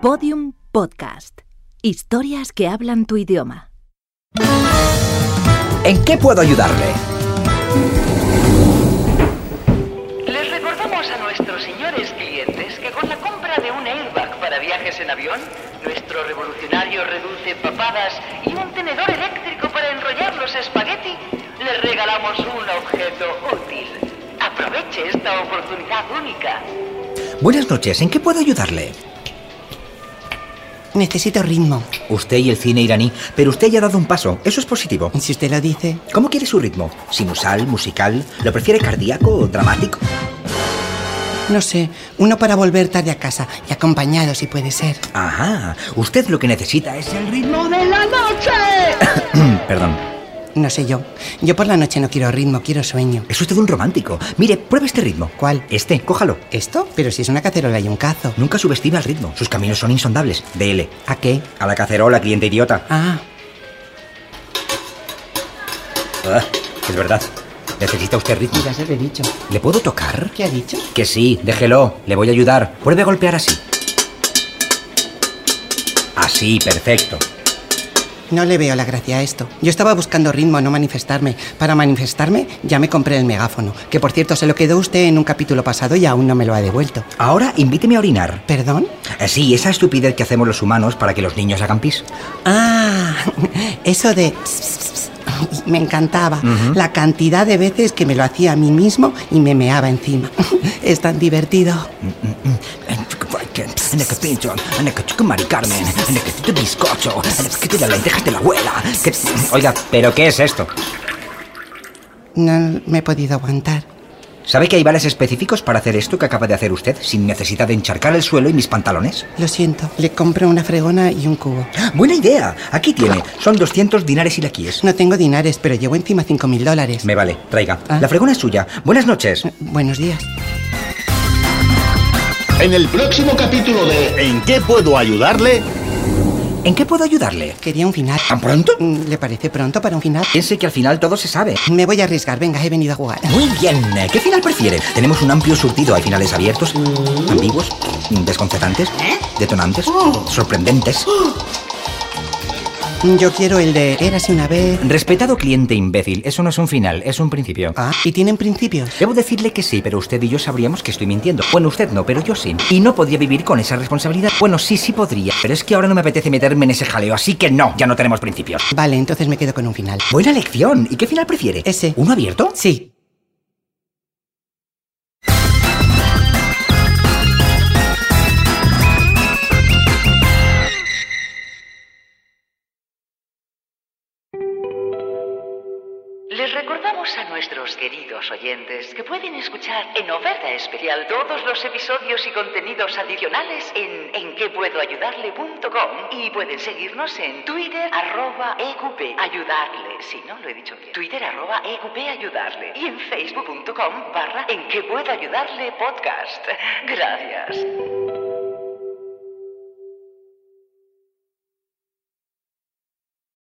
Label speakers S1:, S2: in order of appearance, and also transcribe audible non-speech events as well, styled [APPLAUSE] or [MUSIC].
S1: Podium Podcast. Historias que hablan tu idioma.
S2: ¿En qué puedo ayudarle?
S3: Les recordamos a nuestros señores clientes que con la compra de un airbag para viajes en avión, nuestro revolucionario reduce papadas y un tenedor eléctrico para enrollar los espagueti, les regalamos un objeto útil. Aproveche esta oportunidad única.
S2: Buenas noches, ¿en qué puedo ayudarle?
S4: Necesito ritmo.
S2: Usted y el cine iraní, pero usted ya ha dado un paso, eso es positivo.
S4: Si usted lo dice,
S2: ¿Cómo quiere su ritmo? ¿Sinusal, musical? ¿Lo prefiere cardíaco o dramático?
S4: no sé, uno para volver tarde a casa y acompañado si puede ser.
S2: Ajá, usted lo que necesita es el ritmo de la noche. [COUGHS] Perdón.
S4: No sé yo. Yo por la noche no quiero ritmo, quiero sueño.
S2: Es usted un romántico. Mire, pruebe este ritmo.
S4: ¿Cuál?
S2: Este, cójalo.
S4: ¿Esto? Pero si es una cacerola y un cazo.
S2: Nunca subestima el ritmo. Sus caminos son insondables. DL.
S4: ¿A qué?
S2: A la cacerola, cliente idiota.
S4: Ah,
S2: Ah, es verdad. Necesita usted ritmo.
S4: ya se lo he dicho.
S2: ¿Le puedo tocar?
S4: ¿Qué ha dicho?
S2: Que sí, déjelo, le voy a ayudar. Vuelve a golpear así. Así, perfecto.
S4: No le veo la gracia a esto. Yo estaba buscando ritmo, no manifestarme. Para manifestarme ya me compré el megáfono, que por cierto se lo quedó usted en un capítulo pasado y aún no me lo ha devuelto.
S2: Ahora invíteme a orinar.
S4: ¿Perdón?
S2: Eh, Sí, esa estupidez que hacemos los humanos para que los niños hagan pis.
S4: Ah, eso de... Me encantaba la cantidad de veces que me lo hacía a mí mismo y me meaba encima. [LAUGHS] Es tan divertido.
S2: Carmen, bizcocho, las lentejas de la abuela. Oiga, ¿pero qué es esto?
S4: No me he podido aguantar.
S2: ¿Sabe que hay vales específicos para hacer esto que acaba de hacer usted sin necesidad de encharcar el suelo y mis pantalones?
S4: Lo siento, le compro una fregona y un cubo.
S2: Buena idea. Aquí tiene. Son 200 dinares iraquíes.
S4: No tengo dinares, pero llevo encima 5.000 mil dólares.
S2: Me vale, traiga.
S4: Ah.
S2: La fregona es suya. Buenas noches.
S4: Buenos días.
S5: En el próximo capítulo de ¿En qué puedo ayudarle?
S2: ¿En qué puedo ayudarle?
S4: Quería un final.
S2: ¿Tan pronto?
S4: Mm, ¿Le parece pronto para un final?
S2: Piense que al final todo se sabe.
S4: Me voy a arriesgar, venga, he venido a jugar.
S2: Muy bien, ¿qué final prefiere? Tenemos un amplio surtido. Hay finales abiertos,
S4: Mm.
S2: ambiguos, desconcertantes,
S4: ¿Eh?
S2: detonantes,
S4: Oh.
S2: sorprendentes.
S4: Yo quiero el de... Érase una vez...
S2: Respetado cliente imbécil, eso no es un final, es un principio.
S4: Ah, ¿y tienen principios?
S2: Debo decirle que sí, pero usted y yo sabríamos que estoy mintiendo. Bueno, usted no, pero yo sí. Y no podría vivir con esa responsabilidad. Bueno, sí, sí podría, pero es que ahora no me apetece meterme en ese jaleo, así que no, ya no tenemos principios.
S4: Vale, entonces me quedo con un final.
S2: Buena lección. ¿Y qué final prefiere?
S4: Ese.
S2: ¿Uno abierto?
S4: Sí,
S3: Les recordamos a nuestros queridos oyentes que pueden escuchar en oferta especial todos los episodios y contenidos adicionales en enquepuedoayudarle.com y pueden seguirnos en Twitter arroba EQP ayudarle, si no lo he dicho bien, Twitter arroba EQP ayudarle y en facebook.com barra en que puedo ayudarle podcast. Gracias.